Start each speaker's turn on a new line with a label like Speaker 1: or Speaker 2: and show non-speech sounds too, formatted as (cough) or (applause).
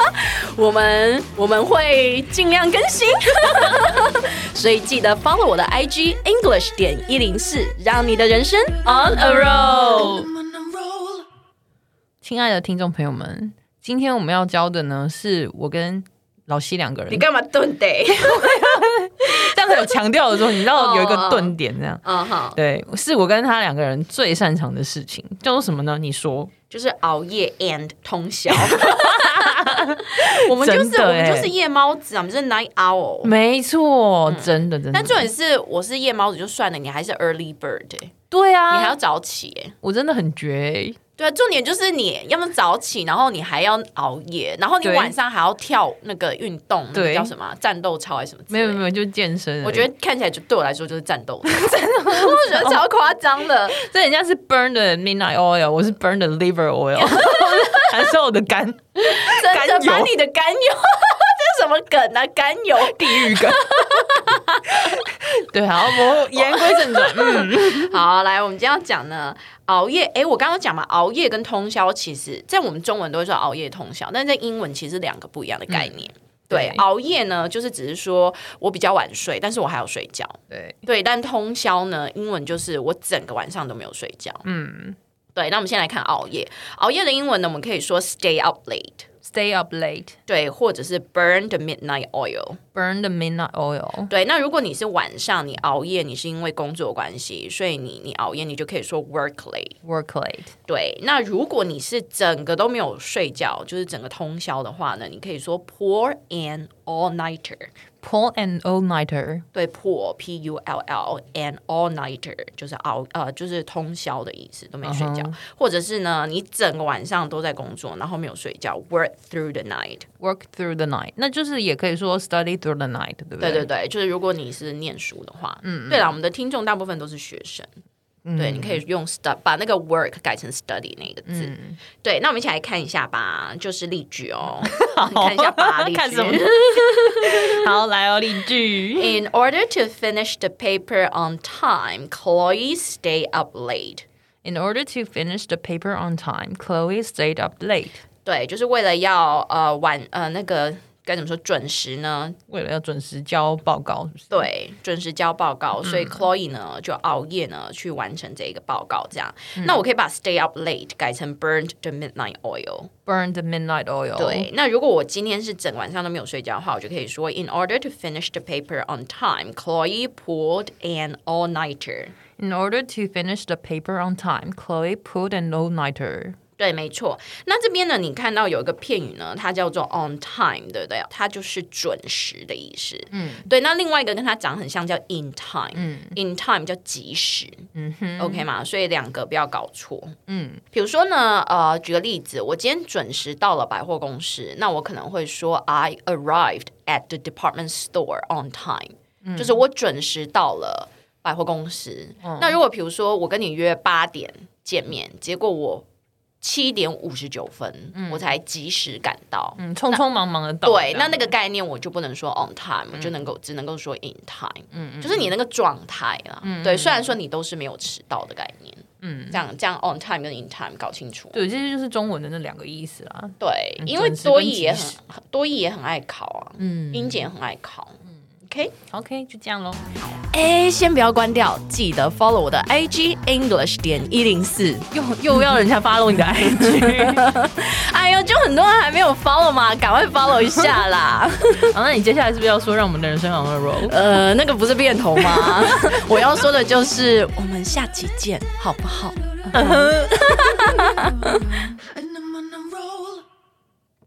Speaker 1: (laughs) 我们我们会尽量更新， (laughs) 所以记得 follow 我的 IG English 点一零四，让你的人生 on a roll。
Speaker 2: I'm on a roll.
Speaker 3: 亲爱的听众朋友们，今天我们要教的呢，是我跟老西两个人，
Speaker 1: 干嘛顿得？ (laughs)
Speaker 3: 刚才有强调的时候，你知道
Speaker 1: (laughs) 哦
Speaker 3: 有一个顿点这样。
Speaker 1: 嗯哼，
Speaker 3: 对，是我跟他两个人最擅长的事情，叫做什么呢？你说，
Speaker 1: 就是熬夜 and 通
Speaker 3: (laughs)
Speaker 1: 宵。我们就是
Speaker 3: 真的
Speaker 1: 我
Speaker 3: 欸
Speaker 1: 们就是夜猫子啊，我们是 night owl。
Speaker 3: 没错，真的真的。
Speaker 1: 哦嗯但重点是，我是夜猫子就算了，你还是 early bird，、欸、
Speaker 3: 对啊，
Speaker 1: 你还要早起、欸。
Speaker 3: 我真的很绝、欸，
Speaker 1: 对啊，重点就是你要么早起，然后你还要熬夜，然后你
Speaker 3: 对
Speaker 1: 晚上还要跳那个运动，那个
Speaker 3: 对
Speaker 1: 叫什么啊战斗操还是什么之
Speaker 3: 没
Speaker 1: 类的？
Speaker 3: 有没有，就健身而已。
Speaker 1: 我觉得看起来就对我来说就是战斗，
Speaker 3: (laughs)
Speaker 1: 真的，我觉得超夸张的。
Speaker 3: 这人家是 burn the midnight oil，我是 burn the
Speaker 1: (laughs)
Speaker 3: liver oil，燃烧我的肝，
Speaker 1: 真的
Speaker 3: 甘油
Speaker 1: 把你的甘油， (laughs) 这是什么梗啊？甘油，
Speaker 3: 地狱
Speaker 1: (laughs)
Speaker 3: 肝。对，好，我言归正传，嗯，
Speaker 1: 好，来，我们今天要讲呢，熬夜。诶，我刚刚讲嘛，熬夜跟通宵，其实在我们中文都会说熬夜通宵，但是在英文其实是两个不一样的概念。对，
Speaker 3: 对
Speaker 1: 熬夜呢，就是只是说我比较晚睡，但是我还有睡觉。
Speaker 3: 对，
Speaker 1: 对，但通宵呢，英文就是我整个晚上都没有睡觉。
Speaker 3: 嗯
Speaker 1: 对，那我们先来看熬夜。熬夜的英文呢，我们可以说 stay up late，
Speaker 3: ，stay up late，burn
Speaker 1: 对，或者是 burn the midnight oil。
Speaker 3: the midnight oil，
Speaker 1: 对，那如果你是晚上你熬夜，你是因为工作关系，所以你你熬夜，你就可以说 work late。
Speaker 3: work late，
Speaker 1: 对，那如果你是整个都没有睡觉，就是整个通宵的话呢，你可以说 pour an all nighter。
Speaker 3: pull an all nighter，
Speaker 1: 对，pull p u l l and all nighter 就是熬呃就是通宵的意思，都没睡觉或者是呢你整个晚上都在工作，然后没有睡觉，work through the night。
Speaker 3: work through the night，那就是也可以说 study through the night，对不
Speaker 1: 对对
Speaker 3: 对？
Speaker 1: 对，就是如果你是念书的话，嗯，对啦，我们的听众大部分都是学生，对，你可以用 stud 把那个 work 改成 study 那个字，对，那我们一起来看一下吧，就是例句哦，你看一下吧，例句。
Speaker 3: 看什么好，来哦，例句。
Speaker 1: In order to finish the paper on time, Chloe stay up late.
Speaker 3: In order to finish the paper on time, Chloe stayed up late.
Speaker 1: 对，就是为了要呃晚呃那个该怎么说准时呢？
Speaker 3: 为了要准时交报告，是不是？
Speaker 1: 对，准时交报告，所以 Chloe 呢就熬夜呢去完成这一个报告。这样，那我可以把 stay up late 改成 burned the midnight oil。
Speaker 3: ，burn the midnight oil。
Speaker 1: 对，那如果我今天是整晚上都没有睡觉的话，我就可以说 In order to finish the paper on time, Chloe pulled an all nighter。
Speaker 3: ，In order to finish the paper on time, Chloe pulled an all-nighter。
Speaker 1: 对，没错。那这边呢，你看到有一个片语呢，它叫做 on time，对不对？它就是准时的意思。嗯，对。那另外一个跟它长很像，叫 in time。嗯，in time 叫及时。嗯哼，OK 嘛？所以两个不要搞错。嗯，比如说呢，呃，举个例子，我今天准时到了百货公司，那我可能会说 I arrived at the department store on time，、就是我准时到了百货公司。那如果比如说我跟你约八点见面，结果我七点五十九分，我才及时赶到。
Speaker 3: 嗯，匆匆忙忙的到。
Speaker 1: 对，
Speaker 3: 这
Speaker 1: 那
Speaker 3: 样
Speaker 1: 那个概念我就不能说 on time，、我就能够只能够说 in time，嗯，就是你那个状态啦。对，虽然说你都是没有迟到的概念，嗯，这样这样 on time 跟 in time 搞清楚。啊
Speaker 3: 对，这些就是中文的那两个意思啦。
Speaker 1: 对，因为
Speaker 3: 准时
Speaker 1: 多
Speaker 3: 跟
Speaker 1: 益
Speaker 3: 及
Speaker 1: 也
Speaker 3: 时
Speaker 1: 很多益也很爱考啊，嗯，英检也很爱考，嗯，OK。
Speaker 3: OK，就这样喽。
Speaker 1: 哎，先不要关掉，记得 follow 我的 IG English 点一零四。
Speaker 3: 又又要人家
Speaker 1: (laughs)
Speaker 3: follow 你的 IG，
Speaker 1: 哎呦，就很多人还没有 follow 嘛，赶快 follow 一下啦。
Speaker 3: 好，那你接下来是不是要说让我们的人生 on a roll？
Speaker 1: 呃，那个不是变头吗？ (laughs) 我要说的就是，我们下期见，好不好？
Speaker 2: I